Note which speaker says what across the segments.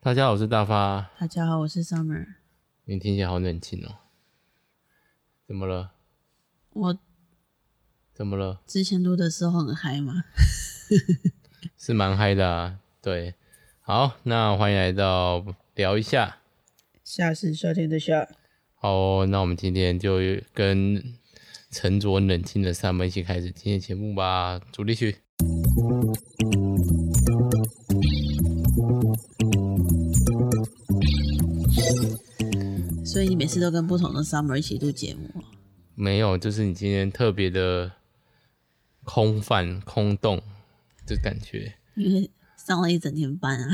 Speaker 1: 大家好，我是大发。
Speaker 2: 大家好，我是 Summer。
Speaker 1: 你听起来好冷清哦。怎么了？
Speaker 2: 我
Speaker 1: 怎么了？
Speaker 2: 之前录的时候很嗨嘛，
Speaker 1: 是蛮嗨的啊。对，好，那欢迎来到聊一下。
Speaker 2: 夏是夏天的夏。
Speaker 1: 好哦、那我们今天就跟沉着冷静的 Summer 一起开始今天的节目吧。主题曲。
Speaker 2: 所以你每次都跟不同的 Summer 一起录节目，
Speaker 1: 没有，就是你今天特别的空泛、空洞的感觉。
Speaker 2: 因为上了一整天班啊。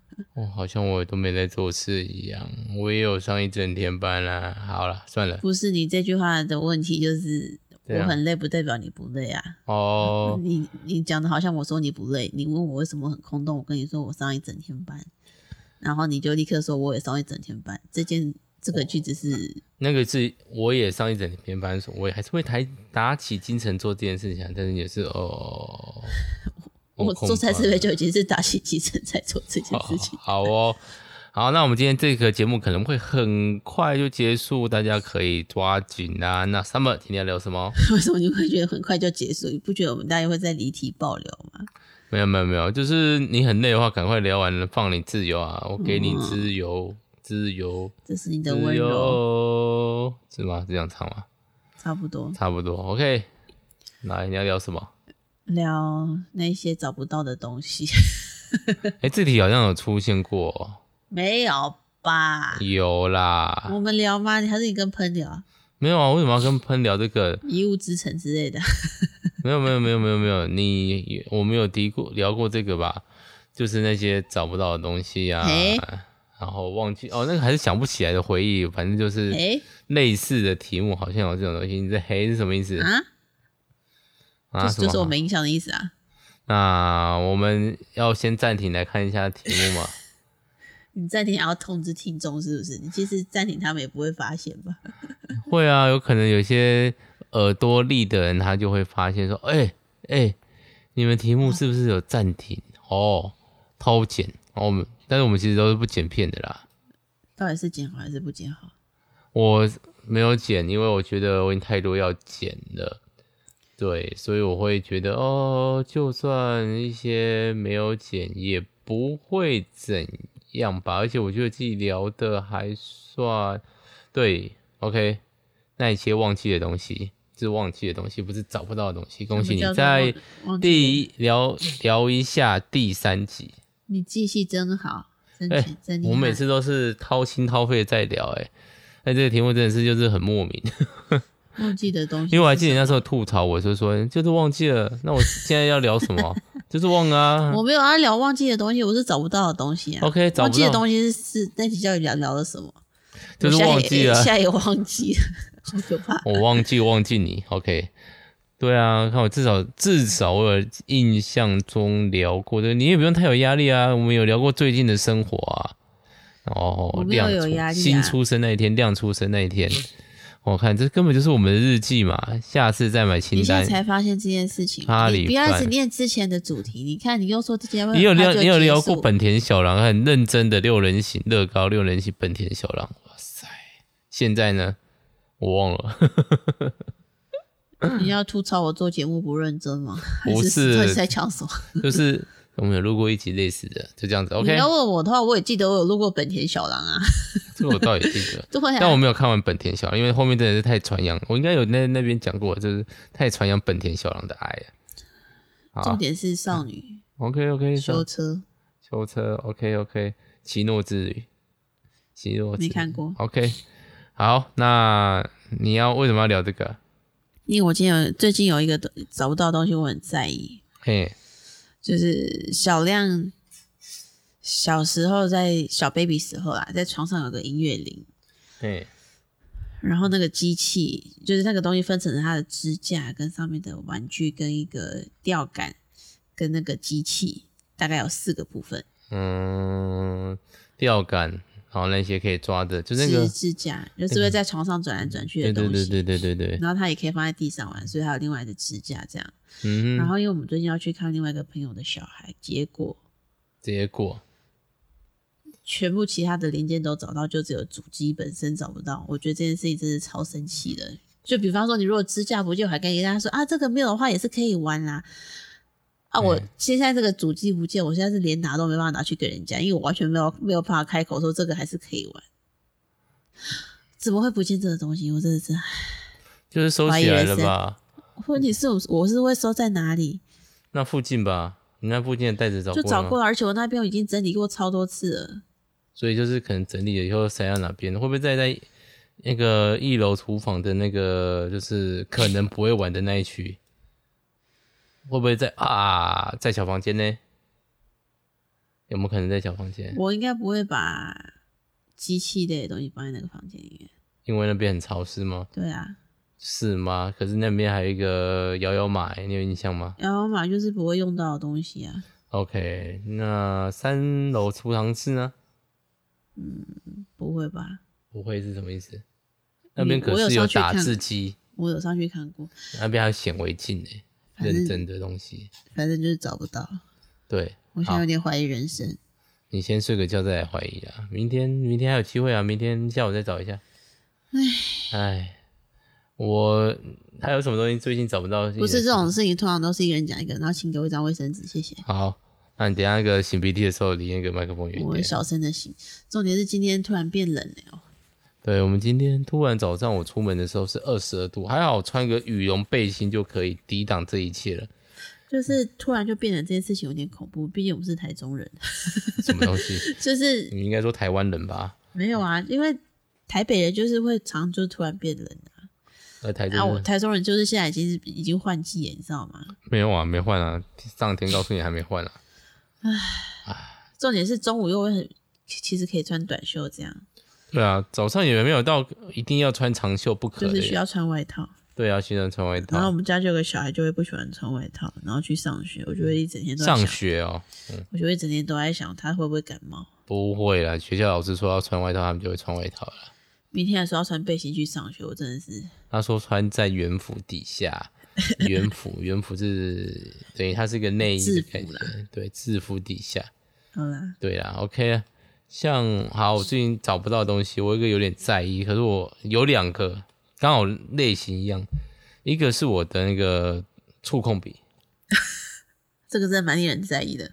Speaker 1: 哦，好像我都没在做事一样。我也有上一整天班啦、好了，算了。
Speaker 2: 不是你这句话的问题，就是
Speaker 1: 对啊
Speaker 2: 我很累，不代表你不累啊。
Speaker 1: 哦，
Speaker 2: 你你讲的好像我说你不累，你问我为什么很空洞，我跟你说我上一整天班，然后你就立刻说我也上一整天班。这件这个句子是
Speaker 1: 那个是我也上一整天班，所以我也还是会抬打起精神做这件事情啊，但是也是哦。
Speaker 2: 我
Speaker 1: 空
Speaker 2: 做菜
Speaker 1: 泛
Speaker 2: 设备就已经是打起精神在做这件事情。
Speaker 1: 好哦，好，那我们今天这个节目可能会很快就结束，大家可以抓紧啊。那 Summer 今天要聊什么？
Speaker 2: 为什么你会觉得很快就结束？你不觉得我们大家会在离题爆流吗？
Speaker 1: 没有没有没有，就是你很累的话，赶快聊完了，放你自由啊！我给你自由，自由，
Speaker 2: 这是嗯你的
Speaker 1: 自
Speaker 2: 温柔，
Speaker 1: 由，是吗？是这样唱吗？
Speaker 2: 差不多
Speaker 1: 差不多，OK。来，你要聊什么？
Speaker 2: 聊那些找不到的东西，
Speaker 1: 哎、这题好像有出现过哦、
Speaker 2: 没有吧？
Speaker 1: 有啦
Speaker 2: 我，们聊吗？还是你跟喷聊啊？
Speaker 1: 没有啊？为什么要跟喷聊这个？
Speaker 2: 遗物之城之类的，
Speaker 1: 没有没有没有没有没有，你我们有提过聊过这个吧？就是那些找不到的东西啊
Speaker 2: 诶，
Speaker 1: 然后忘记哦，那个还是想不起来的回忆，反正就是
Speaker 2: 诶
Speaker 1: 类似的题目，好像有这种东西。你这黑是什么意思
Speaker 2: 啊，
Speaker 1: 啊？
Speaker 2: 就是
Speaker 1: 什
Speaker 2: 就是我
Speaker 1: 么？
Speaker 2: 没印象的意思啊。
Speaker 1: 那我们要先暂停来看一下题目嘛？
Speaker 2: 你暂停还要通知听众是不是？你其实暂停他们也不会发现吧？
Speaker 1: 会啊，有可能有些耳朵利的人，他就会发现说，哎、哎、你们题目是不是有暂停？哦，偷剪。然后我们，但是我们其实都是不剪片的啦。
Speaker 2: 到底是剪好还是不剪好？
Speaker 1: 我没有剪，因为我觉得我已经太多要剪了。对，所以我会觉得哦，就算一些没有剪也不会怎样吧。而且我觉得自己聊的还算对，OK。那一些忘记的东西是忘记的东西，不是找不到的东西。恭喜你
Speaker 2: 什么叫做
Speaker 1: 在
Speaker 2: 忘忘记
Speaker 1: 第一聊聊一下第三集。
Speaker 2: 你记性真好，真
Speaker 1: 哎
Speaker 2: 真厉害。
Speaker 1: 我每次都是掏心掏肺地在聊、欸，哎，那这个题目真的是就是很莫名。
Speaker 2: 忘记的东西，
Speaker 1: 因为我还记得你那时候吐槽我，就说就是忘记了，那我现在要聊什么？就是忘啊。
Speaker 2: 我没有要聊忘记的东西，我是找不到的东西啊。
Speaker 1: OK，找
Speaker 2: 忘
Speaker 1: 不
Speaker 2: 记的
Speaker 1: 到，
Speaker 2: 东西是是那集教育聊聊了什么？
Speaker 1: 就是
Speaker 2: 我现在
Speaker 1: 忘记了 啊
Speaker 2: 也现在也忘记了， 好可怕。
Speaker 1: 我忘记忘记你。OK，对啊，看我至少至少我有印象中聊过的，你也不用太有压力啊。我们有聊过最近的生活啊。
Speaker 2: 我
Speaker 1: 哦，
Speaker 2: 没有
Speaker 1: 亮
Speaker 2: 有
Speaker 1: 出
Speaker 2: 压力啊
Speaker 1: 新出生那一天，亮出生那一天，我看这根本就是我们的日记嘛。下次再买
Speaker 2: 你
Speaker 1: 清
Speaker 2: 现在
Speaker 1: 单。
Speaker 2: 才发现这件事情
Speaker 1: 哈，里
Speaker 2: 你不要一
Speaker 1: 范
Speaker 2: 直念之前的主题。你看，你又说这件会，
Speaker 1: 也有聊，
Speaker 2: 嗯它就
Speaker 1: 也有聊
Speaker 2: 结束
Speaker 1: 过本田小狼，很认真的六人行乐高六人行本田小狼，哇塞！现在呢，我忘了，
Speaker 2: 你要吐槽我做节目不认真吗？还
Speaker 1: 不是
Speaker 2: 是到底在讲什么
Speaker 1: 就是我们有录过一集类似的，就这样子。
Speaker 2: 你
Speaker 1: OK，
Speaker 2: 要问我的话，我也记得我有录过本田小狼啊，，
Speaker 1: 这个我倒也记得
Speaker 2: 对
Speaker 1: 但我
Speaker 2: 啊，
Speaker 1: 没有看完本田小狼，因为后面真的是太传扬，我应该有那那边讲过，就是太传扬本田小狼的爱了。
Speaker 2: 重
Speaker 1: 好
Speaker 2: 点是少女
Speaker 1: ，OK OK，
Speaker 2: 修
Speaker 1: 修
Speaker 2: 车，
Speaker 1: 修车，OK OK，奇诺之旅，奇诺之
Speaker 2: 没
Speaker 1: 旅
Speaker 2: 看过。
Speaker 1: OK，好，那你要为什么要聊这个？
Speaker 2: 因为我今天有最近有一个东找不到的东西，我很在意。
Speaker 1: 嘿。
Speaker 2: 就是小亮小时候在小 baby 时候啦，在床上有个音乐铃，
Speaker 1: 嘿
Speaker 2: 然后那个机器就是那个东西分成了它的支架跟上面的玩具跟一个吊杆跟那个机器，大概有四个部分，
Speaker 1: 嗯，吊杆，然后那些可以抓的，就那个
Speaker 2: 是，支架，就是会在床上转来转去
Speaker 1: 对
Speaker 2: 的东
Speaker 1: 对
Speaker 2: 西。
Speaker 1: 对对对对对，
Speaker 2: 然后它也可以放在地上玩，所以还有另外的支架这样。
Speaker 1: 嗯
Speaker 2: 然
Speaker 1: 哼，
Speaker 2: 后因为我们最近要去看另外一个朋友的小孩，结果
Speaker 1: 结果
Speaker 2: 全部其他的零件都找到，就只有主机本身找不到。我觉得这件事情真是超生气的。就比方说，你如果支架不见，我还跟人家说啊，这个没有的话也是可以玩啦。啊，我
Speaker 1: 嗯
Speaker 2: 现在这个主机不见，我现在是连拿都没办法拿去给人家，因为我完全没有没有办法开口说这个还是可以玩。怎么会不见这个东西？我真的是，
Speaker 1: 就是收起来了吧？
Speaker 2: 问题是我我是会收在哪里？
Speaker 1: 那附近吧，你那附近的袋子找
Speaker 2: 就
Speaker 1: 过了
Speaker 2: 找
Speaker 1: 吗？
Speaker 2: 过了，而且我那边我已经整理过超多次了。
Speaker 1: 所以就是可能整理了以后塞到哪边，会不会再在那个一楼厨房的那个就是可能不会玩的那一区？会不会在啊，在小房间呢？有没有可能在小房间？
Speaker 2: 我应该不会把机器类的东西放在那个房间里面。
Speaker 1: 因为那边很潮湿吗？
Speaker 2: 对啊，
Speaker 1: 是吗？可是那边还有一个摇摇马、你有印象吗
Speaker 2: 然后嘛就是不会用到的东西啊。
Speaker 1: ？OK，那三楼储藏室呢？
Speaker 2: 不会吧？
Speaker 1: 不会是什么意思？那边可
Speaker 2: 我有
Speaker 1: 是
Speaker 2: 上去
Speaker 1: 打
Speaker 2: 看
Speaker 1: 字机，
Speaker 2: 我有上去看过，
Speaker 1: 那边还有显微镜诶、
Speaker 2: 反正
Speaker 1: 认真的东西。
Speaker 2: 反正就是找不到。
Speaker 1: 对，
Speaker 2: 我现在有点怀疑人生。
Speaker 1: 你先睡个觉再来怀疑啦。明天，明天还有机会啊！明天下午再找一下。唉，我还有什么东西最近找不到？
Speaker 2: 不是这种事情，通常都是一个人讲一个，然后请给我一张卫生纸，谢谢。
Speaker 1: 好，那你等一下那个擤鼻涕的时候离那个麦克风远一
Speaker 2: 我
Speaker 1: 点。
Speaker 2: 小声的醒。重点是今天突然变冷了、哦，
Speaker 1: 对，我们今天突然早上我出门的时候是二十二度，还好穿个羽绒背心就可以抵挡这一切了。
Speaker 2: 就是突然就变冷这件事情有点恐怖，毕竟我们是台中人，
Speaker 1: 什么东西？
Speaker 2: 就是
Speaker 1: 你应该说台湾人吧？
Speaker 2: 没有啊，因为台北人就是会常就突然变冷啊。
Speaker 1: 呃，台中
Speaker 2: 啊，
Speaker 1: 人、
Speaker 2: 我台中人就是现在已经是已经换季了，你知道吗？
Speaker 1: 没有啊，没换啊，上天告诉你还没换啊。
Speaker 2: 重点是中午又会很，其其实可以穿短袖这样，
Speaker 1: 对啊，早上也没有到一定要穿长袖不可
Speaker 2: 就
Speaker 1: 的。
Speaker 2: 是需要穿外套。
Speaker 1: 对啊，新人穿外
Speaker 2: 然后我
Speaker 1: 套。
Speaker 2: 们家就有个小孩就会不喜欢穿外套，然后去上学，我就会一整天都在
Speaker 1: 上
Speaker 2: 想，
Speaker 1: 学哦，
Speaker 2: 我就会一整天都在想他会不会感冒。
Speaker 1: 不会啦，学校老师说要穿外套，他们就会穿外套了。
Speaker 2: 明天还说要穿背心去上学，我真的是
Speaker 1: 他说穿在原服底 下，原服原服是等于它是一个内衣的
Speaker 2: 制服
Speaker 1: 感觉
Speaker 2: 啦，
Speaker 1: 对，制服底下，
Speaker 2: 好啦，
Speaker 1: 对啦，OK 啊。像好，我最近找不到的东西，我有一个有点在意，可是我有两个刚好类型一样，一个是我的那个触控笔，
Speaker 2: 这个真的蛮令人在意的。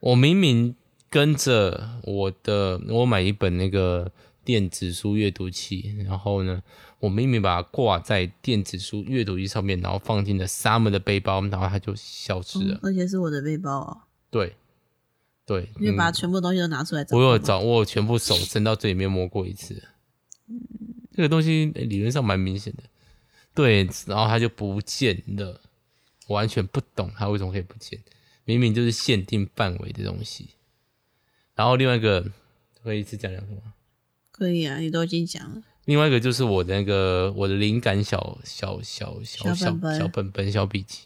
Speaker 1: 我明明跟着我的，我买一本那个电子书阅读器，然后呢，我明明把它挂在电子书阅读器上面，然后放进了 Summer 的背包，然后它就消失了。
Speaker 2: 嗯而且是我的背包哦，
Speaker 1: 对，对，
Speaker 2: 因为
Speaker 1: 嗯
Speaker 2: 把全部东西都拿出来找
Speaker 1: 我
Speaker 2: 过吗。
Speaker 1: 有找，我有全部手伸到最里面摸过一次。这个东西呃理论上蛮明显的，对，然后它就不见了，我完全不懂它为什么可以不见，明明就是限定范围的东西。然后另外一个可以一次讲两个吗？
Speaker 2: 可以啊，你都已经讲了。
Speaker 1: 另外一个就是我的那个我的灵感小小小小
Speaker 2: 小
Speaker 1: 小
Speaker 2: 本本
Speaker 1: 小本本小笔记，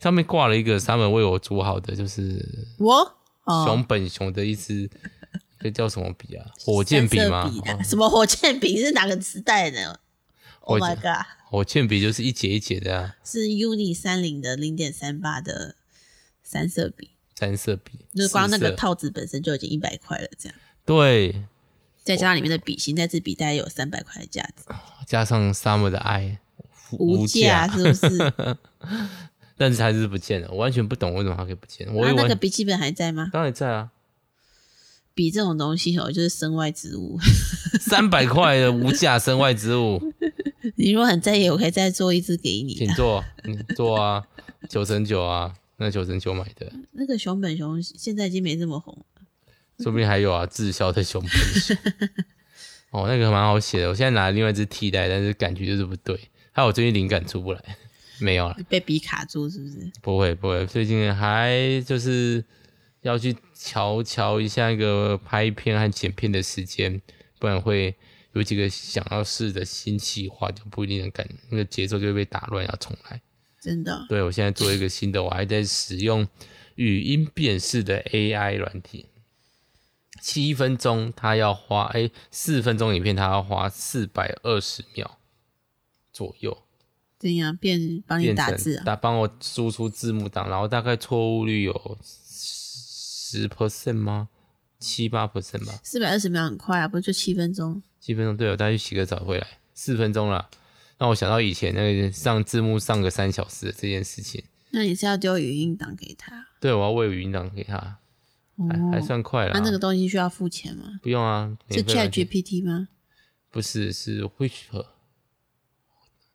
Speaker 1: 上面挂了一个他们为我煮好的，就是
Speaker 2: 我哦，
Speaker 1: 熊本熊的一支，这叫什么笔 啊？火箭笔吗？
Speaker 2: 三色
Speaker 1: 哦
Speaker 2: 啦什么火箭笔是哪个时代的
Speaker 1: 火
Speaker 2: ？Oh my god，
Speaker 1: 火箭哦笔就是一节一节的啊，
Speaker 2: 是 Uni 三零的零点三八的三色笔，
Speaker 1: 三色笔，
Speaker 2: 就是光那
Speaker 1: 四
Speaker 2: 个
Speaker 1: 色
Speaker 2: 套子本身就已经一百块了，这样
Speaker 1: 对，
Speaker 2: 再加上里面的笔芯，那支笔大概有三百块的价值，
Speaker 1: 加上 Summer 的爱，
Speaker 2: 无价
Speaker 1: 价，
Speaker 2: 是不 是？啊，
Speaker 1: 但是它就是不见了，我完全不懂为什么它可以不见。我以
Speaker 2: 啊那
Speaker 1: 为
Speaker 2: 个笔记本还在吗？
Speaker 1: 当然在啊，
Speaker 2: 笔这种东西哦，就是身外之物。
Speaker 1: 三百块的无价身外之物，
Speaker 2: 你如果很在意，我可以再做一支给你
Speaker 1: 请
Speaker 2: 啊。
Speaker 1: 坐，嗯，坐啊，九乘九啊，那九乘九买的，
Speaker 2: 那个熊本熊现在已经没这么红，
Speaker 1: 说不定还有啊，滞销的熊本熊。哦，那个蛮好写的，我现在拿另外一支替代，但是感觉就是不对。还有我最近灵感出不来，没有啦。
Speaker 2: 被笔卡住是不是？
Speaker 1: 不会不会，最近还就是要去瞧瞧一下那个拍片和剪片的时间，不然会有几个想要试的新计划就不一定能赶，那个节奏就会被打乱，要重来。
Speaker 2: 真的，哦
Speaker 1: 对我现在做一个新的，我还在使用语音辨识的 AI 软体，七分钟它要花哎四分钟影片它要花四百二十秒左右。
Speaker 2: 怎样变帮你
Speaker 1: 变
Speaker 2: 打
Speaker 1: 成
Speaker 2: 字啊？
Speaker 1: 打帮我输出字幕档，然后大概错误率有十 percent 吗？七八 percent 吧，
Speaker 2: 四百二十秒很快啊，不是就七分钟？
Speaker 1: 七分钟。对，我啊大概去洗个澡回来，四分钟啦。让我想到以前那个上字幕上个三小时的这件事情。
Speaker 2: 那你是要丢语音档给他？
Speaker 1: 对，我要喂语音档给他，
Speaker 2: 哦，
Speaker 1: 还还算快啦。
Speaker 2: 啊，那个东西需要付钱吗？
Speaker 1: 不用啊，
Speaker 2: 是
Speaker 1: 免费完
Speaker 2: Chat
Speaker 1: 全
Speaker 2: GPT 吗
Speaker 1: 不是是 whisper，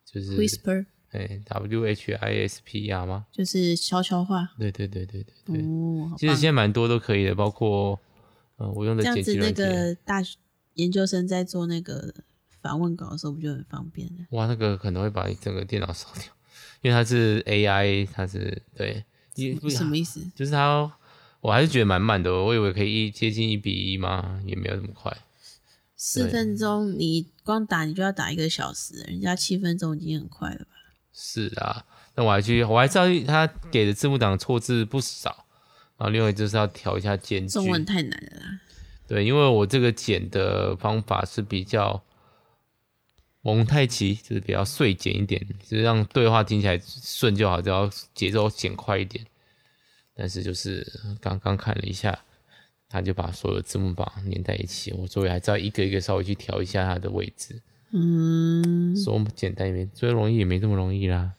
Speaker 1: 就是
Speaker 2: ？Whisper
Speaker 1: 哎 W H I S P R 吗？
Speaker 2: 就是悄悄话。
Speaker 1: 对对对对对对。
Speaker 2: 哦，好
Speaker 1: 其实
Speaker 2: 棒
Speaker 1: 现在蛮多都可以的，包括呃我用的
Speaker 2: 这样
Speaker 1: 剪
Speaker 2: 子
Speaker 1: 辑
Speaker 2: 那
Speaker 1: 软件，
Speaker 2: 个大学研究生在做那个访问稿的时候，不就很方便了？
Speaker 1: 哇，那个可能会把你整个电脑烧掉，因为它是 AI，它是对，也不
Speaker 2: 什么意思？
Speaker 1: 就是它，我还是觉得蛮慢的，哦我以为可以一接近一比一嘛，也没有那么快。
Speaker 2: 四分钟你光打你就要打一个小时，人家七分钟已经很快了吧？
Speaker 1: 是啊，那我还去，我还知道他给的字幕档错字不少，然后另外就是要调一下间距。
Speaker 2: 中文太难了啦，
Speaker 1: 对，因为我这个剪的方法是比较蒙太奇，就是比较碎剪一点，就是让对话听起来顺就好，只要节奏剪快一点。但是就是刚刚看了一下，他就把所有字幕把粘在一起，我所以还是要一个一个稍微去调一下它的位置。
Speaker 2: 嗯，
Speaker 1: 说简单一点，追容易也没这么容易啦。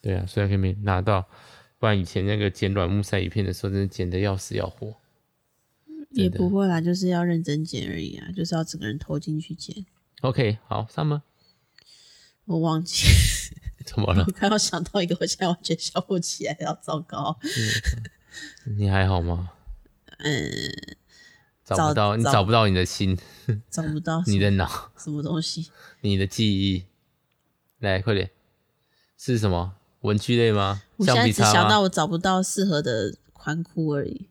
Speaker 1: 对啊，虽然可以没拿到，不然以前那个剪软木塞一片的时候，真的剪得要死要活。
Speaker 2: 也不会啦，就是要认真剪而已啊，就是要整个人投进去剪。
Speaker 1: OK，好，Summer，
Speaker 2: 我 忘记，
Speaker 1: 怎么 了
Speaker 2: 我？刚刚想到一个，我现在完全想不起来，好糟糕。
Speaker 1: 你还好吗？
Speaker 2: 嗯，
Speaker 1: 找不到，
Speaker 2: 找
Speaker 1: 你找不到你的心、
Speaker 2: 找不到
Speaker 1: 你
Speaker 2: 什
Speaker 1: 的
Speaker 2: 么
Speaker 1: 脑、
Speaker 2: 什么东西，
Speaker 1: 你的记忆。来，快点，是什么文具类吗？
Speaker 2: 我现
Speaker 1: 橡
Speaker 2: 在
Speaker 1: 皮
Speaker 2: 只
Speaker 1: 擦吗
Speaker 2: 想到我找不到适合的宽裤而已。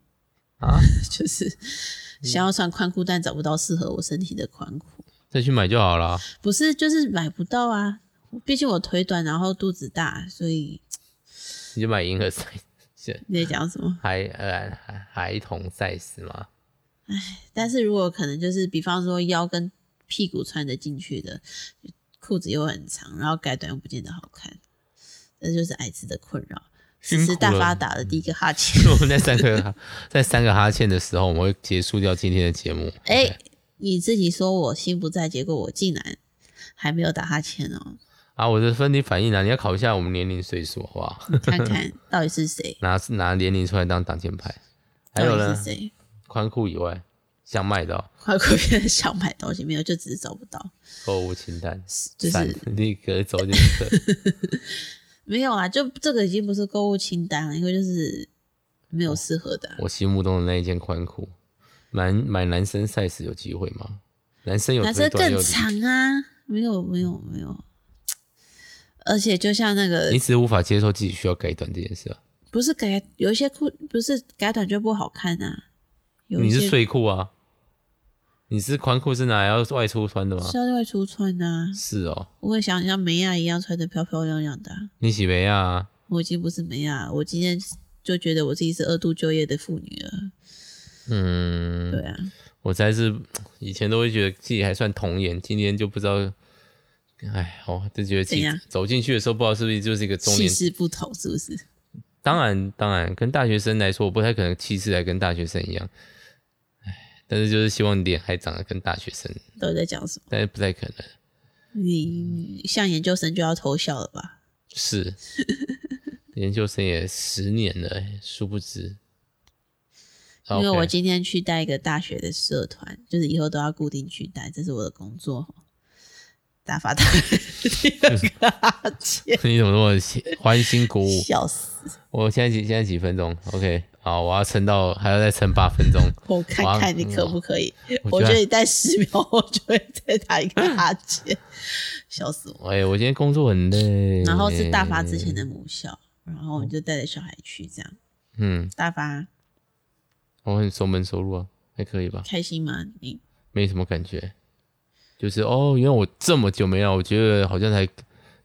Speaker 1: 啊，
Speaker 2: 就是
Speaker 1: 嗯
Speaker 2: 想要穿宽裤，但找不到适合我身体的宽裤。
Speaker 1: 再去买就好了。
Speaker 2: 不是，就是买不到啊。毕竟我腿短，然后肚子大，所以
Speaker 1: 你就买婴儿 size，是
Speaker 2: 你在讲什么？
Speaker 1: 孩呃孩孩童 size 吗？
Speaker 2: 但是如果可能，就是比方说腰跟屁股穿得进去的裤子又很长，然后改短又不见得好看，这就是矮子的困扰。
Speaker 1: 辛
Speaker 2: 只
Speaker 1: 苦
Speaker 2: 是
Speaker 1: 了嗯
Speaker 2: 大发打的第一个 哈欠。
Speaker 1: 我们在三个哈在三个哈欠的时候，我们会结束掉今天的节目。
Speaker 2: 哎、
Speaker 1: OK
Speaker 2: 你自己说我心不在，结果我竟然还没有打哈欠哦！
Speaker 1: 啊，我的身体反应啊，你要考一下我们年龄岁数好不好？
Speaker 2: 你看 看到底是谁？
Speaker 1: 拿拿年龄出来当挡箭牌。还有
Speaker 2: 到底
Speaker 1: 呢
Speaker 2: 是，谁？
Speaker 1: 宽裤以外，想买的哦
Speaker 2: 快过别人想买东西，没有就只是找不到，
Speaker 1: 购物清单，
Speaker 2: 就是
Speaker 1: 散立刻走进去。
Speaker 2: 没有啊，就这个已经不是购物清单了，因为就是没有适合的啊、
Speaker 1: 哦我心目中的那一件宽裤，买买男生 size 有机会吗？男生有
Speaker 2: 男
Speaker 1: 最
Speaker 2: 生
Speaker 1: 短也
Speaker 2: 更
Speaker 1: 有，
Speaker 2: 长啊，没有没有没有，而且就像那个
Speaker 1: 你只是无法接受自己需要改短这件事啊。
Speaker 2: 不是改有一些裤不是改短就不好看啊，有一
Speaker 1: 你
Speaker 2: 些
Speaker 1: 是睡裤啊？你是宽裤是拿来要外出穿的吗？
Speaker 2: 是啊要外出穿的、啊，
Speaker 1: 是哦，
Speaker 2: 我会想像梅亚一样穿的漂漂亮亮的啊、
Speaker 1: 你洗没啊？
Speaker 2: 我已经不是梅亚了，我今天就觉得我自己是二度就业的妇女了，
Speaker 1: 嗯，
Speaker 2: 对啊，
Speaker 1: 我才是以前都会觉得自己还算童颜，今天就不知道，哎，我就觉得自
Speaker 2: 怎
Speaker 1: 己
Speaker 2: 样
Speaker 1: 走进去的时候，不知道是不是就是一个中
Speaker 2: 气
Speaker 1: 年。
Speaker 2: 势不同是不是？
Speaker 1: 当然，当然，跟大学生来说，我不太可能气质还跟大学生一样，哎，但是就是希望脸还长得跟大学生，
Speaker 2: 到底在讲什么？
Speaker 1: 但是不太可能。
Speaker 2: 你像研究生就要偷笑了吧？
Speaker 1: 是，研究生也十年了，哎殊不知。
Speaker 2: 因为
Speaker 1: OK
Speaker 2: 我今天去带一个大学的社团，就是以后都要固定去带，这是我的工作。打发他第二个 哈欠，
Speaker 1: 你怎么那么欢欣鼓舞？
Speaker 2: 笑死！
Speaker 1: 我现在几现在几分钟？OK，好，我要撑到还要再撑八分 钟。
Speaker 2: 我看看你可不可以？
Speaker 1: 我
Speaker 2: 我
Speaker 1: 觉
Speaker 2: 觉
Speaker 1: 得
Speaker 2: 得你带十秒，我就会再打一个哈欠，笑死 我！
Speaker 1: 哎、我今天工作很累。
Speaker 2: 然后是大发之前的母校，然后我们就带着小孩去，这样
Speaker 1: 嗯，
Speaker 2: 大发
Speaker 1: 我很熟门熟路啊，还可以吧，
Speaker 2: 开心吗？你
Speaker 1: 没什么感觉。就是哦，原来我这么久没来，我觉得好像才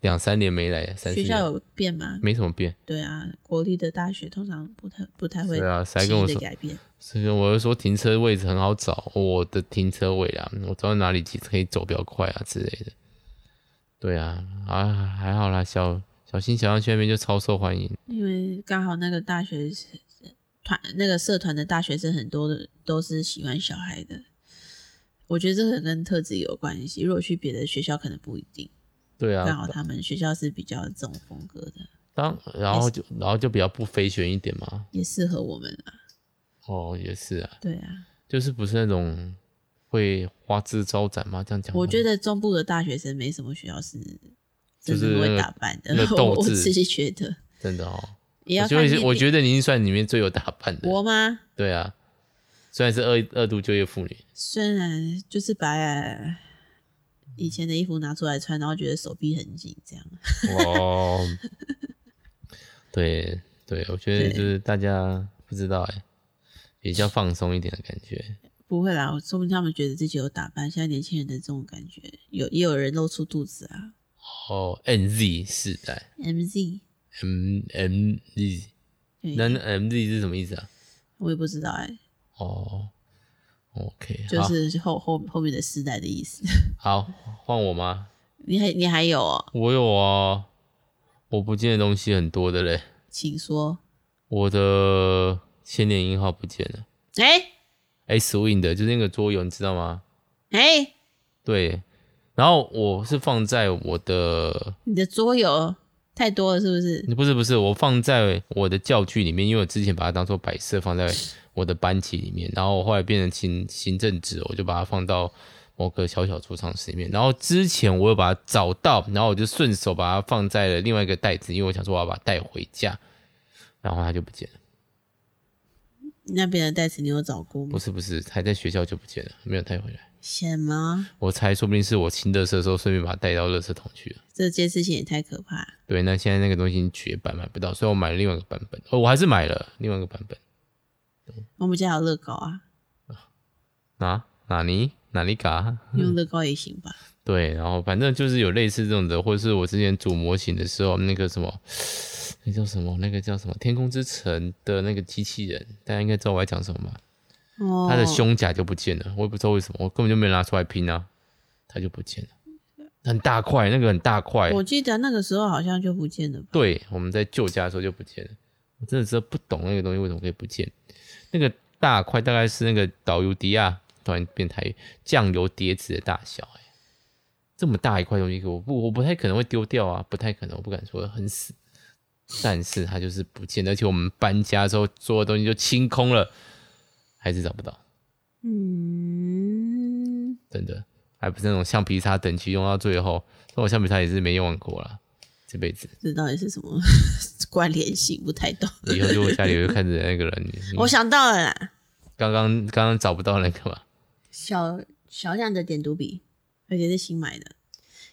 Speaker 1: 两三年没来，三四
Speaker 2: 学
Speaker 1: 年
Speaker 2: 校有变吗？
Speaker 1: 没什么变。
Speaker 2: 对啊，国立的大学通常不太不太会
Speaker 1: 对啊谁还
Speaker 2: 轻
Speaker 1: 跟我
Speaker 2: 易的
Speaker 1: 说
Speaker 2: 改变。
Speaker 1: 所以我就说停车位置很好找，我的停车位啊，我知道哪里可以走比较快啊之类的。对啊，啊还好啦，小小新小样去那边就超受欢迎。
Speaker 2: 因为刚好那个大学团那个社团的大学生很多的都是喜欢小孩的，我觉得这个跟特质有关系。如果去别的学校，可能不一定。
Speaker 1: 对
Speaker 2: 刚
Speaker 1: 啊
Speaker 2: 好，他们学校是比较这种风格的，
Speaker 1: 当然后就然后就比较不飞旋一点嘛。
Speaker 2: 也适合我们啊。
Speaker 1: 哦，也是啊，
Speaker 2: 对啊，
Speaker 1: 就是不是那种会花枝招展嘛，这样讲吗。
Speaker 2: 我觉得中部的大学生没什么学校是
Speaker 1: 就
Speaker 2: 真
Speaker 1: 是
Speaker 2: 的
Speaker 1: 那
Speaker 2: 会
Speaker 1: 个
Speaker 2: 打扮的，
Speaker 1: 那个斗
Speaker 2: 我我
Speaker 1: 志
Speaker 2: 自己觉得
Speaker 1: 真的哦，
Speaker 2: 也要
Speaker 1: 我
Speaker 2: 看
Speaker 1: 觉
Speaker 2: 面
Speaker 1: 得
Speaker 2: 点。
Speaker 1: 我觉得您算里面最有打扮的。
Speaker 2: 我吗？
Speaker 1: 对啊，虽然是二二度就业妇女，
Speaker 2: 虽然就是把以前的衣服拿出来穿，然后觉得手臂很紧，这样
Speaker 1: 哦，对对，我觉得
Speaker 2: 对
Speaker 1: 就是大家不知道哎，比较放松一点的感觉。
Speaker 2: 不会啦。我说明他们觉得自己有打扮，现在年轻人的这种感觉，有也有人露出肚子啊。
Speaker 1: 哦，N Z 世代
Speaker 2: MZ，
Speaker 1: ，M M Z，
Speaker 2: 对
Speaker 1: 那 M Z 是什么意思啊？
Speaker 2: 我也不知道哎、
Speaker 1: 哦，OK，
Speaker 2: 就
Speaker 1: 好
Speaker 2: 是后后后面的时代的意思。
Speaker 1: 好换我吗？
Speaker 2: 你还你还有、哦，
Speaker 1: 我有啊，我不见的东西很多的嘞，
Speaker 2: 请说。
Speaker 1: 我的千年银号不见了，
Speaker 2: 哎、
Speaker 1: 哎，Swing 的就是那个桌游，你知道吗？
Speaker 2: 哎、
Speaker 1: 对，然后我是放在我的，
Speaker 2: 你的桌游太多了是不是？
Speaker 1: 不是不是，我放在我的教具里面，因为我之前把它当做摆设放在我的班级里面，然后我后来变成行行政职，我就把它放到某个小小储藏室里面。然后之前我有把它找到，然后我就顺手把它放在了另外一个袋子，因为我想说我要把它带回家，然后它就不见了。
Speaker 2: 那边的袋子你有找过
Speaker 1: 不
Speaker 2: 吗？
Speaker 1: 是不是，还在学校就不见了，没有带回来。
Speaker 2: 什么？
Speaker 1: 我猜说不定是我清垃圾的时候顺便把它带到垃圾桶去了。
Speaker 2: 这件事情也太可怕了。
Speaker 1: 对，那现在那个东西已经绝版，买不到，所以我买了另外一个版本。哦，我还是买了另外一个版本。
Speaker 2: 我们家有乐高啊，
Speaker 1: 啊，哪尼哪里嘎？
Speaker 2: 用乐高也行吧？
Speaker 1: 对，然后反正就是有类似这种的，或者是我之前组模型的时候，那个什么，那叫什么？那个叫什么？天空之城的那个机器人，大家应该知道我在讲什么吧？
Speaker 2: 哦，
Speaker 1: 它的胸甲就不见了，我也不知道为什么，我根本就没拿出来拼啊，它就不见了，很大块，那个很大块。
Speaker 2: 我记得那个时候好像就不见了吧？
Speaker 1: 对，我们在旧家的时候就不见了。我真的是不懂那个东西为什么可以不见。那个大块大概是那个导游迪亚突然变台语酱油碟子的大小、欸，这么大一块东西，我不我不太可能会丢掉啊，不太可能，我不敢说很死。但是它就是不见了，而且我们搬家之后，所有东西就清空了，还是找不到，
Speaker 2: 嗯，
Speaker 1: 真的，还不是那种橡皮擦等级用到最后，那我橡皮擦也是没用完过啦，这辈子
Speaker 2: 这到底是什么 关联性？不太懂。
Speaker 1: 以后就会家里会看着那个人，你
Speaker 2: 我想到了啦，
Speaker 1: 刚刚刚刚找不到那个嘛，
Speaker 2: 小小象的点读笔，而且是新买的，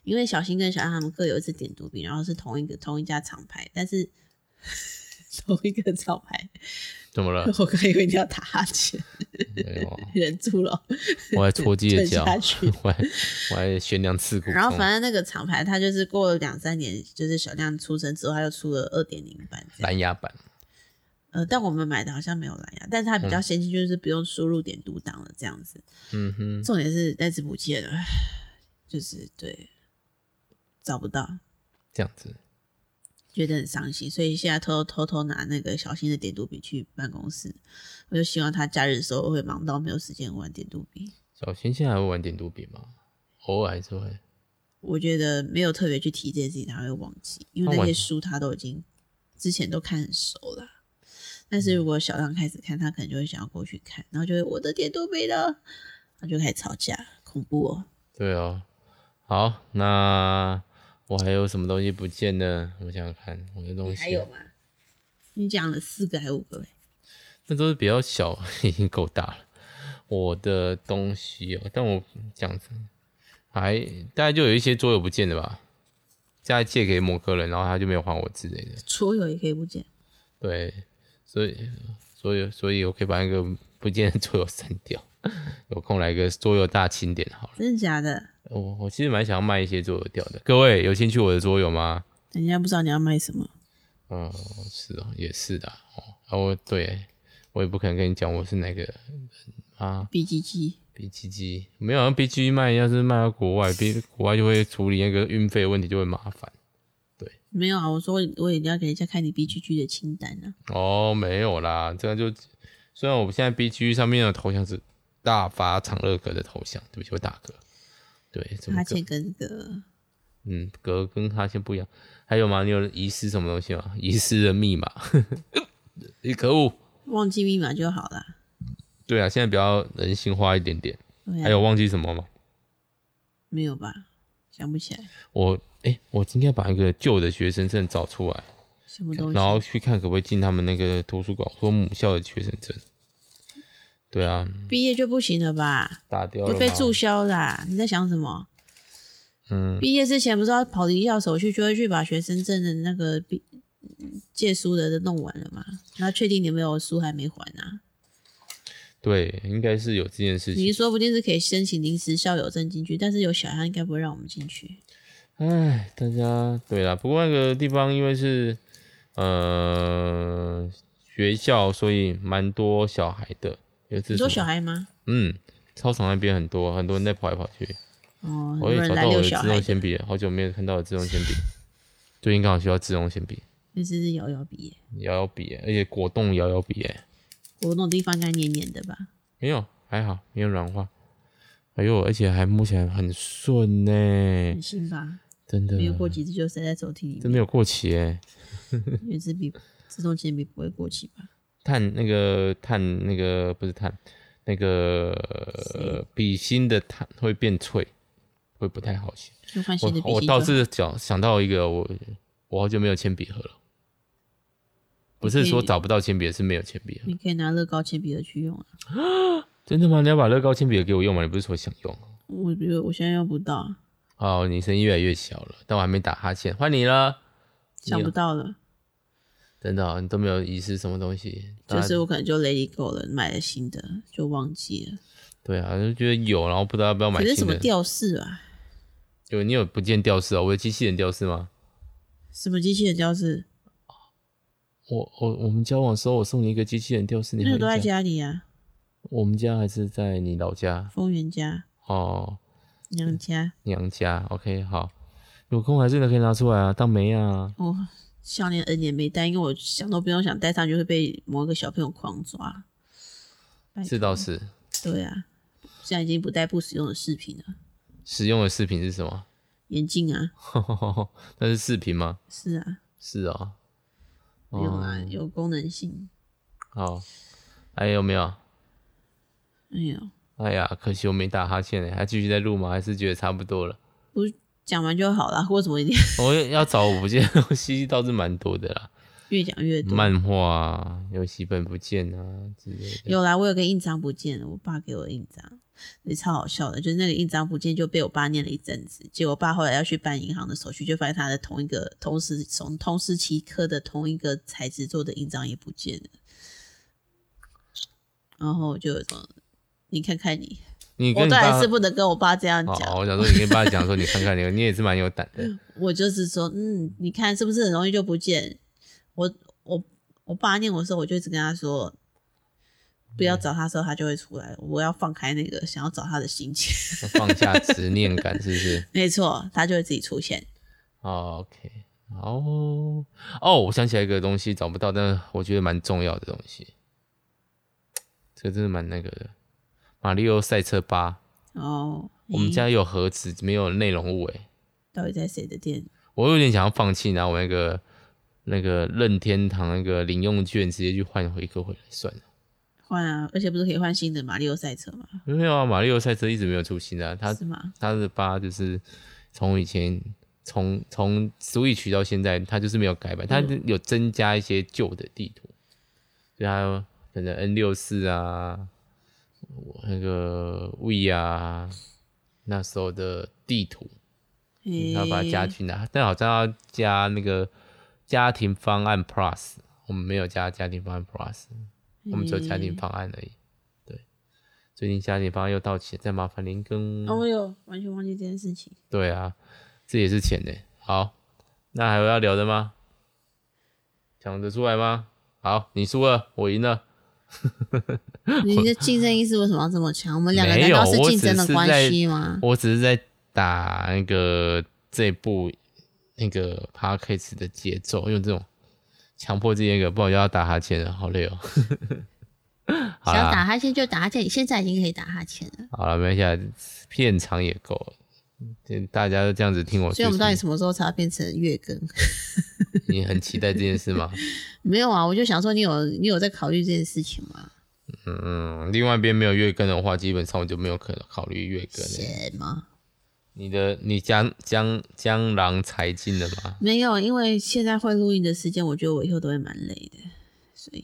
Speaker 2: 因为小新跟小象他们各有一支点读笔，然后是同一个同一家厂牌，但是 同一个厂 牌，
Speaker 1: 怎么 了？
Speaker 2: 我刚以为你要打哈欠，
Speaker 1: 没有啊，
Speaker 2: 忍住了，
Speaker 1: 我还 戳鸡的
Speaker 2: 沉
Speaker 1: 脚，
Speaker 2: 下去
Speaker 1: 我还我还悬梁刺 股。
Speaker 2: 然后反正那个厂牌，它就是过了两三年，就是小亮出生之后，它又出了二点零版这样。
Speaker 1: 蓝牙版，
Speaker 2: 呃，但我们买的好像没有蓝牙，但是它比较先进，就是不用输入点读档了这样子。
Speaker 1: 嗯哼，
Speaker 2: 重点是袋子不见了，就是对找不到，
Speaker 1: 这样子
Speaker 2: 觉得很伤心，所以现在偷偷偷偷拿那个小新的点读笔去办公室，我就希望他假日的时候会忙到没有时间玩点读笔。
Speaker 1: 小新现在还会玩点读笔吗？偶尔还是会。
Speaker 2: 我觉得没有特别去提这件事情，他会忘记，因为
Speaker 1: 他
Speaker 2: 那
Speaker 1: 玩
Speaker 2: 些书他都已经之前都看很熟了。但是
Speaker 1: 嗯
Speaker 2: 如果小亮开始看，他可能就会想要过去看，然后就会我的点读笔了，然后就开始吵架，恐怖哦。
Speaker 1: 对哦，好，那我还有什么东西不见呢？我想想看，我的东
Speaker 2: 还
Speaker 1: 西
Speaker 2: 有吗？你讲了四个还五个嘞？
Speaker 1: 那都是比较小， 已经够大了。我的东西哦，但我这样子还大概就有一些桌游不见的吧，现在借给某个人，然后他就没有还我之类的。
Speaker 2: 桌游也可以不见，
Speaker 1: 对，所以所以所以我可以把那个不见的桌游删掉，有空来个桌游大清点好了。
Speaker 2: 真的假的？
Speaker 1: 我我其实蛮想要卖一些桌游掉的，各位有兴趣我的桌游吗？
Speaker 2: 人家不知道你要卖什么，
Speaker 1: 嗯，是哦，也是的哦。啊，我对我也不可能跟你讲我是哪个人啊。
Speaker 2: B G G
Speaker 1: B G G 没有，好像 B G G 卖要是卖到国外，B 国外就会处理那个运费的问题，就会麻烦。
Speaker 2: 没有啊，我说我也要给人家看你 B G G 的清单啊。
Speaker 1: 哦，没有啦，这样就虽然我现在 B G 上面的头像是大发长乐哥的头像，对不起，我打嗝。对，怎么
Speaker 2: 哈
Speaker 1: 嗝
Speaker 2: 欠跟那个
Speaker 1: 嗯，嗝跟哈欠不一样。还有吗？你有遗失什么东西吗？遗失的密码。 你可恶！
Speaker 2: 忘记密码就好啦。
Speaker 1: 对啊，现在比较人性化一点点。
Speaker 2: 对啊
Speaker 1: 还有忘记什么吗？
Speaker 2: 没有吧？想不起来
Speaker 1: 我哎、我今天把一个旧的学生证找出来，
Speaker 2: 什么东西。
Speaker 1: 然后去看可不可以进他们那个图书馆，说母校的学生证。对啊，
Speaker 2: 毕业就不行了吧？
Speaker 1: 打掉了
Speaker 2: 会被
Speaker 1: 吗
Speaker 2: 注销啦！你在想什么？
Speaker 1: 嗯，
Speaker 2: 毕业之前不是要跑离校手续，就会去把学生证的那个毕借书的都弄完了嘛？然后确定你有没有书还没还啊？
Speaker 1: 对，应该是有这件事
Speaker 2: 你
Speaker 1: 情。
Speaker 2: 说不定是可以申请临时校友证进去，但是有小孩应该不会让我们进去。
Speaker 1: 唉，大家对啦，不过那个地方因为是呃学校，所以蛮多小孩的。尤其是
Speaker 2: 你说
Speaker 1: 什
Speaker 2: 小
Speaker 1: 么
Speaker 2: 孩吗？
Speaker 1: 嗯，操场那边很多很多人在跑来跑去。
Speaker 2: 哦，很
Speaker 1: 我
Speaker 2: 多
Speaker 1: 也
Speaker 2: 人
Speaker 1: 找
Speaker 2: 来
Speaker 1: 到我
Speaker 2: 遛
Speaker 1: 的自
Speaker 2: 小孩
Speaker 1: 动
Speaker 2: 的，
Speaker 1: 铅笔了，好久没有看到我的自动铅笔。最近刚好需要自动铅笔，
Speaker 2: 那只是摇摇笔耶。
Speaker 1: 摇摇笔耶，而且果冻摇摇笔耶，
Speaker 2: 我那种地方应该黏黏的吧？
Speaker 1: 没有，还好，没有软化。哎呦，而且还摸起来很顺呢
Speaker 2: 很，新吧？
Speaker 1: 真的
Speaker 2: 没，有过期这就塞在抽屉里
Speaker 1: 啊真
Speaker 2: 面，
Speaker 1: 没有过期耶。
Speaker 2: 因为这笔自动铅笔不会过期吧？
Speaker 1: 碳那个碳那个不是碳，那个呃笔芯的碳会变脆，会不太好写。
Speaker 2: 就换新的笔
Speaker 1: 我我
Speaker 2: 芯
Speaker 1: 倒
Speaker 2: 就好。
Speaker 1: 是想想到一个，我我好久没有铅笔盒了，不是说找不到铅笔，是没有铅笔盒。
Speaker 2: 你可以拿乐高铅笔盒去用啊。
Speaker 1: 真的吗？你要把乐高铅笔盒给我用吗？你不是说想用？
Speaker 2: 我觉得我现在用不到啊，
Speaker 1: 哦，你声音越来越小了，但我还没打哈欠，换你了。
Speaker 2: 想不到了，
Speaker 1: 真的哦、你都没有遗失什么东西？
Speaker 2: 就
Speaker 1: 大
Speaker 2: 是
Speaker 1: 家
Speaker 2: 我可能就 let it go 了，买了新的就忘记了。
Speaker 1: 对啊，就觉得有，然后不知道要不要买
Speaker 2: 可是什
Speaker 1: 新
Speaker 2: 么
Speaker 1: 的。
Speaker 2: 吊饰啊？
Speaker 1: 有你有不见吊饰哦？我有机器人吊饰吗？
Speaker 2: 什么机器人吊饰？
Speaker 1: 我我我们交往的时候，我送你一个机器人吊饰，你
Speaker 2: 那
Speaker 1: 还
Speaker 2: 个都在
Speaker 1: 有印象？
Speaker 2: 家里啊，
Speaker 1: 我们家还是在你老家
Speaker 2: 丰原家、
Speaker 1: 哦，
Speaker 2: 娘家。
Speaker 1: 娘家。OK，好，有空还是可以拿出来啊，当媒啊。
Speaker 2: 哦，项链 N 年没戴，因为我想都不用想，戴上就会被某个小朋友狂抓。拜
Speaker 1: 这倒是
Speaker 2: 对啊，现在已经不戴不使用的饰品了，
Speaker 1: 实用的饰品是什么？
Speaker 2: 眼镜啊，
Speaker 1: 那是饰品吗？
Speaker 2: 是啊，
Speaker 1: 是哦。
Speaker 2: 没有啊，
Speaker 1: 哦
Speaker 2: 有功能性。
Speaker 1: 好，还有没有？
Speaker 2: 哎呦，
Speaker 1: 哎呀，可惜我没打哈欠呢，还继续在录吗？还是觉得差不多了？
Speaker 2: 讲完就好啦，为什么一定
Speaker 1: 我要找我不见的东西倒是蛮多的啦，
Speaker 2: 越讲越多？
Speaker 1: 漫画啊、游戏本不见啊之类的。
Speaker 2: 有啦，我有个印章不见了，我爸给我的印章，也超好笑的。就是那个印章不见，就被我爸念了一阵子。结果我爸后来要去办银行的手续，就发现他的同一个同时从同时期刻的同一个材质做的印章也不见了。然后我就有一种，你看看你，
Speaker 1: 你跟
Speaker 2: 我
Speaker 1: 你
Speaker 2: 当然
Speaker 1: 爸
Speaker 2: 是不能跟我爸这样
Speaker 1: 哦
Speaker 2: 讲，
Speaker 1: 哦，我想说你跟爸讲说，你看看你，你也是蛮有胆的。
Speaker 2: 我就是说，嗯，你看是不是很容易就不见？我我我爸念我的时候，我就一直跟他说，
Speaker 1: 嗯
Speaker 2: 不要找他的时候，他就会出来。我要放开那个想要找他的心情，
Speaker 1: 放下执念感是不是
Speaker 2: 没错，他就会自己出现。
Speaker 1: 哦？OK，好哦哦，我想起来一个东西找不到，但是我觉得蛮重要的东西，这个真的蛮那个的，《马里奥赛车八》。
Speaker 2: 哦，
Speaker 1: 我们
Speaker 2: 咦
Speaker 1: 家有盒子，没有内容物诶，欸
Speaker 2: 到底在谁的店？
Speaker 1: 我有点想要放弃，拿我那个那个任天堂那个零用券直接去换回一个回来算了。
Speaker 2: 换啊，而且不是可以换新的马里奥赛车吗？
Speaker 1: 没有啊，马里奥赛车一直没有出新的、啊，它
Speaker 2: 是吗？
Speaker 1: 它的八就是从以前从从 Switch 到现在，它就是没有改版，它
Speaker 2: 嗯
Speaker 1: 有增加一些旧的地图，就它可能 N 六四啊，我那个 V 啊，那时候的地图。嗯
Speaker 2: 诶
Speaker 1: 要把它加进来，但好像要加那个家庭方案 Plus，我们没有加家庭方案 Plus，我们只有家庭方案而已。对，最近家庭方案又到期了，再麻烦您跟、
Speaker 2: 哦，我有完全忘记这件事 情。
Speaker 1: 对啊，这也是钱呢。好，那还有要聊的吗？讲得出来吗？好，你输了，我赢了。
Speaker 2: 你的竞争意识为什么要这么强？我们两个
Speaker 1: 没
Speaker 2: 难
Speaker 1: 有
Speaker 2: 道是
Speaker 1: 我
Speaker 2: 竞
Speaker 1: 只
Speaker 2: 争的
Speaker 1: 是
Speaker 2: 关
Speaker 1: 在
Speaker 2: 系吗？
Speaker 1: 我只是在打那个这部那个 podcast 的节奏，用这种强迫自己那个，不然我就要打哈欠了，好累哦。好
Speaker 2: 想
Speaker 1: 啦，
Speaker 2: 打哈欠就打哈欠，你现在已经可以打哈欠了。
Speaker 1: 好了，没关系啊，片长也够了。嗯大家都这样子听我，
Speaker 2: 所以我们到底什么时候才要变成月更？
Speaker 1: 你很期待这件事吗？
Speaker 2: 没有啊，我就想说你有你有在考虑这件事情吗？
Speaker 1: 嗯，另外一边没有月更的话，基本上我就没有可能考虑月更了。
Speaker 2: 什么？
Speaker 1: 你的你江江江郎才尽了吗？
Speaker 2: 没有，因为现在会录音的时间，我觉得我以后都会蛮累的，所以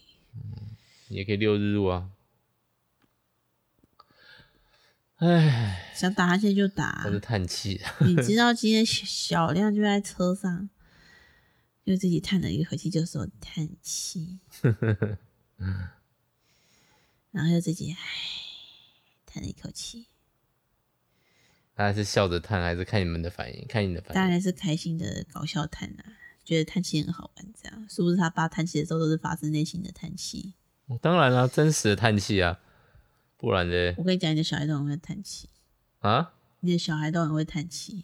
Speaker 1: 你也可以六日入啊。唉，
Speaker 2: 想打哈欠就打 啊、
Speaker 1: 我是叹气。
Speaker 2: 你知道今天小小亮就在车上，就自己叹了一个口气，就说叹 气，然后又自己唉叹了一口气，
Speaker 1: 他是笑着叹，还是看你们的反应？看你的
Speaker 2: 当
Speaker 1: 反应。
Speaker 2: 然是开心的搞笑叹啊，觉得叹气很好玩，这样是不是？他爸叹气的时候都是发自内心的叹气。
Speaker 1: 当然啦、真实的叹气啊，不然的
Speaker 2: 我跟你讲，你的小孩都很会叹气，
Speaker 1: 啊？
Speaker 2: 你的小孩都很会叹气，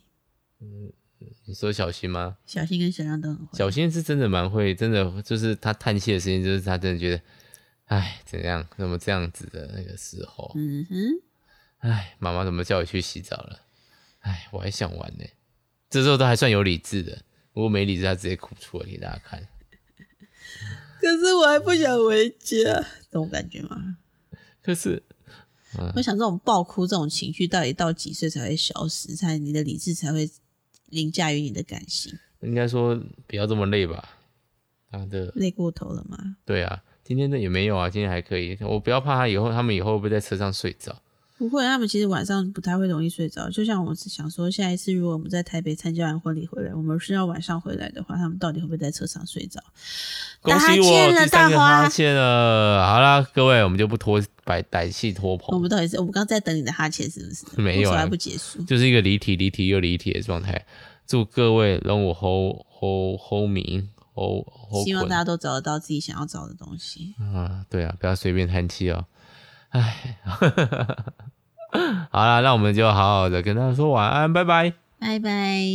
Speaker 1: 你说小新吗？
Speaker 2: 小新跟小亮都很会。
Speaker 1: 小新是真的蛮会，真的就是他叹气的时间，就是他真的觉得，唉，怎样怎么这样子的那个时候，
Speaker 2: 嗯哼，
Speaker 1: 唉，妈妈怎么叫我去洗澡了？唉，我还想玩呢。这时候他还算有理智的，如果没理智，他直接哭出来给大家看。
Speaker 2: 可是我还不想回家，这种感觉吗？
Speaker 1: 可是
Speaker 2: 我想这种爆哭这种情绪，到底到几岁才会消失？才你的理智才会凌驾于你的感性？
Speaker 1: 应该说不要这么累吧？他的
Speaker 2: 累过头了吗？
Speaker 1: 对啊，今天的也没有啊，今天还可以。我不要怕他以后，他们以后会不会在车上睡着？
Speaker 2: 不会，他们其实晚上不太会容易睡着。就像我是想说，下一次如果我们在台北参加完婚礼回来，我们是要晚上回来的话，他们到底会不会在车上睡着？
Speaker 1: 恭
Speaker 2: 打哈
Speaker 1: 喜我
Speaker 2: 欠了
Speaker 1: 第三个
Speaker 2: 大华
Speaker 1: 哈欠了。好啦，各位，我们就不拖摆歹戏拖
Speaker 2: 我
Speaker 1: 棚，
Speaker 2: 们到底是我们刚在等你的哈欠是不是？
Speaker 1: 没有啊
Speaker 2: 为什么还不结束。
Speaker 1: 就是一个离题、离题又离题的状态。祝各位让我吼吼吼鸣吼吼
Speaker 2: 希望
Speaker 1: 滚
Speaker 2: 大家都找得到自己想要找的东西。
Speaker 1: 啊！对啊，不要随便叹气哦。唉， 好啦，那我们就好好的跟他说晚安，拜拜。
Speaker 2: 拜拜。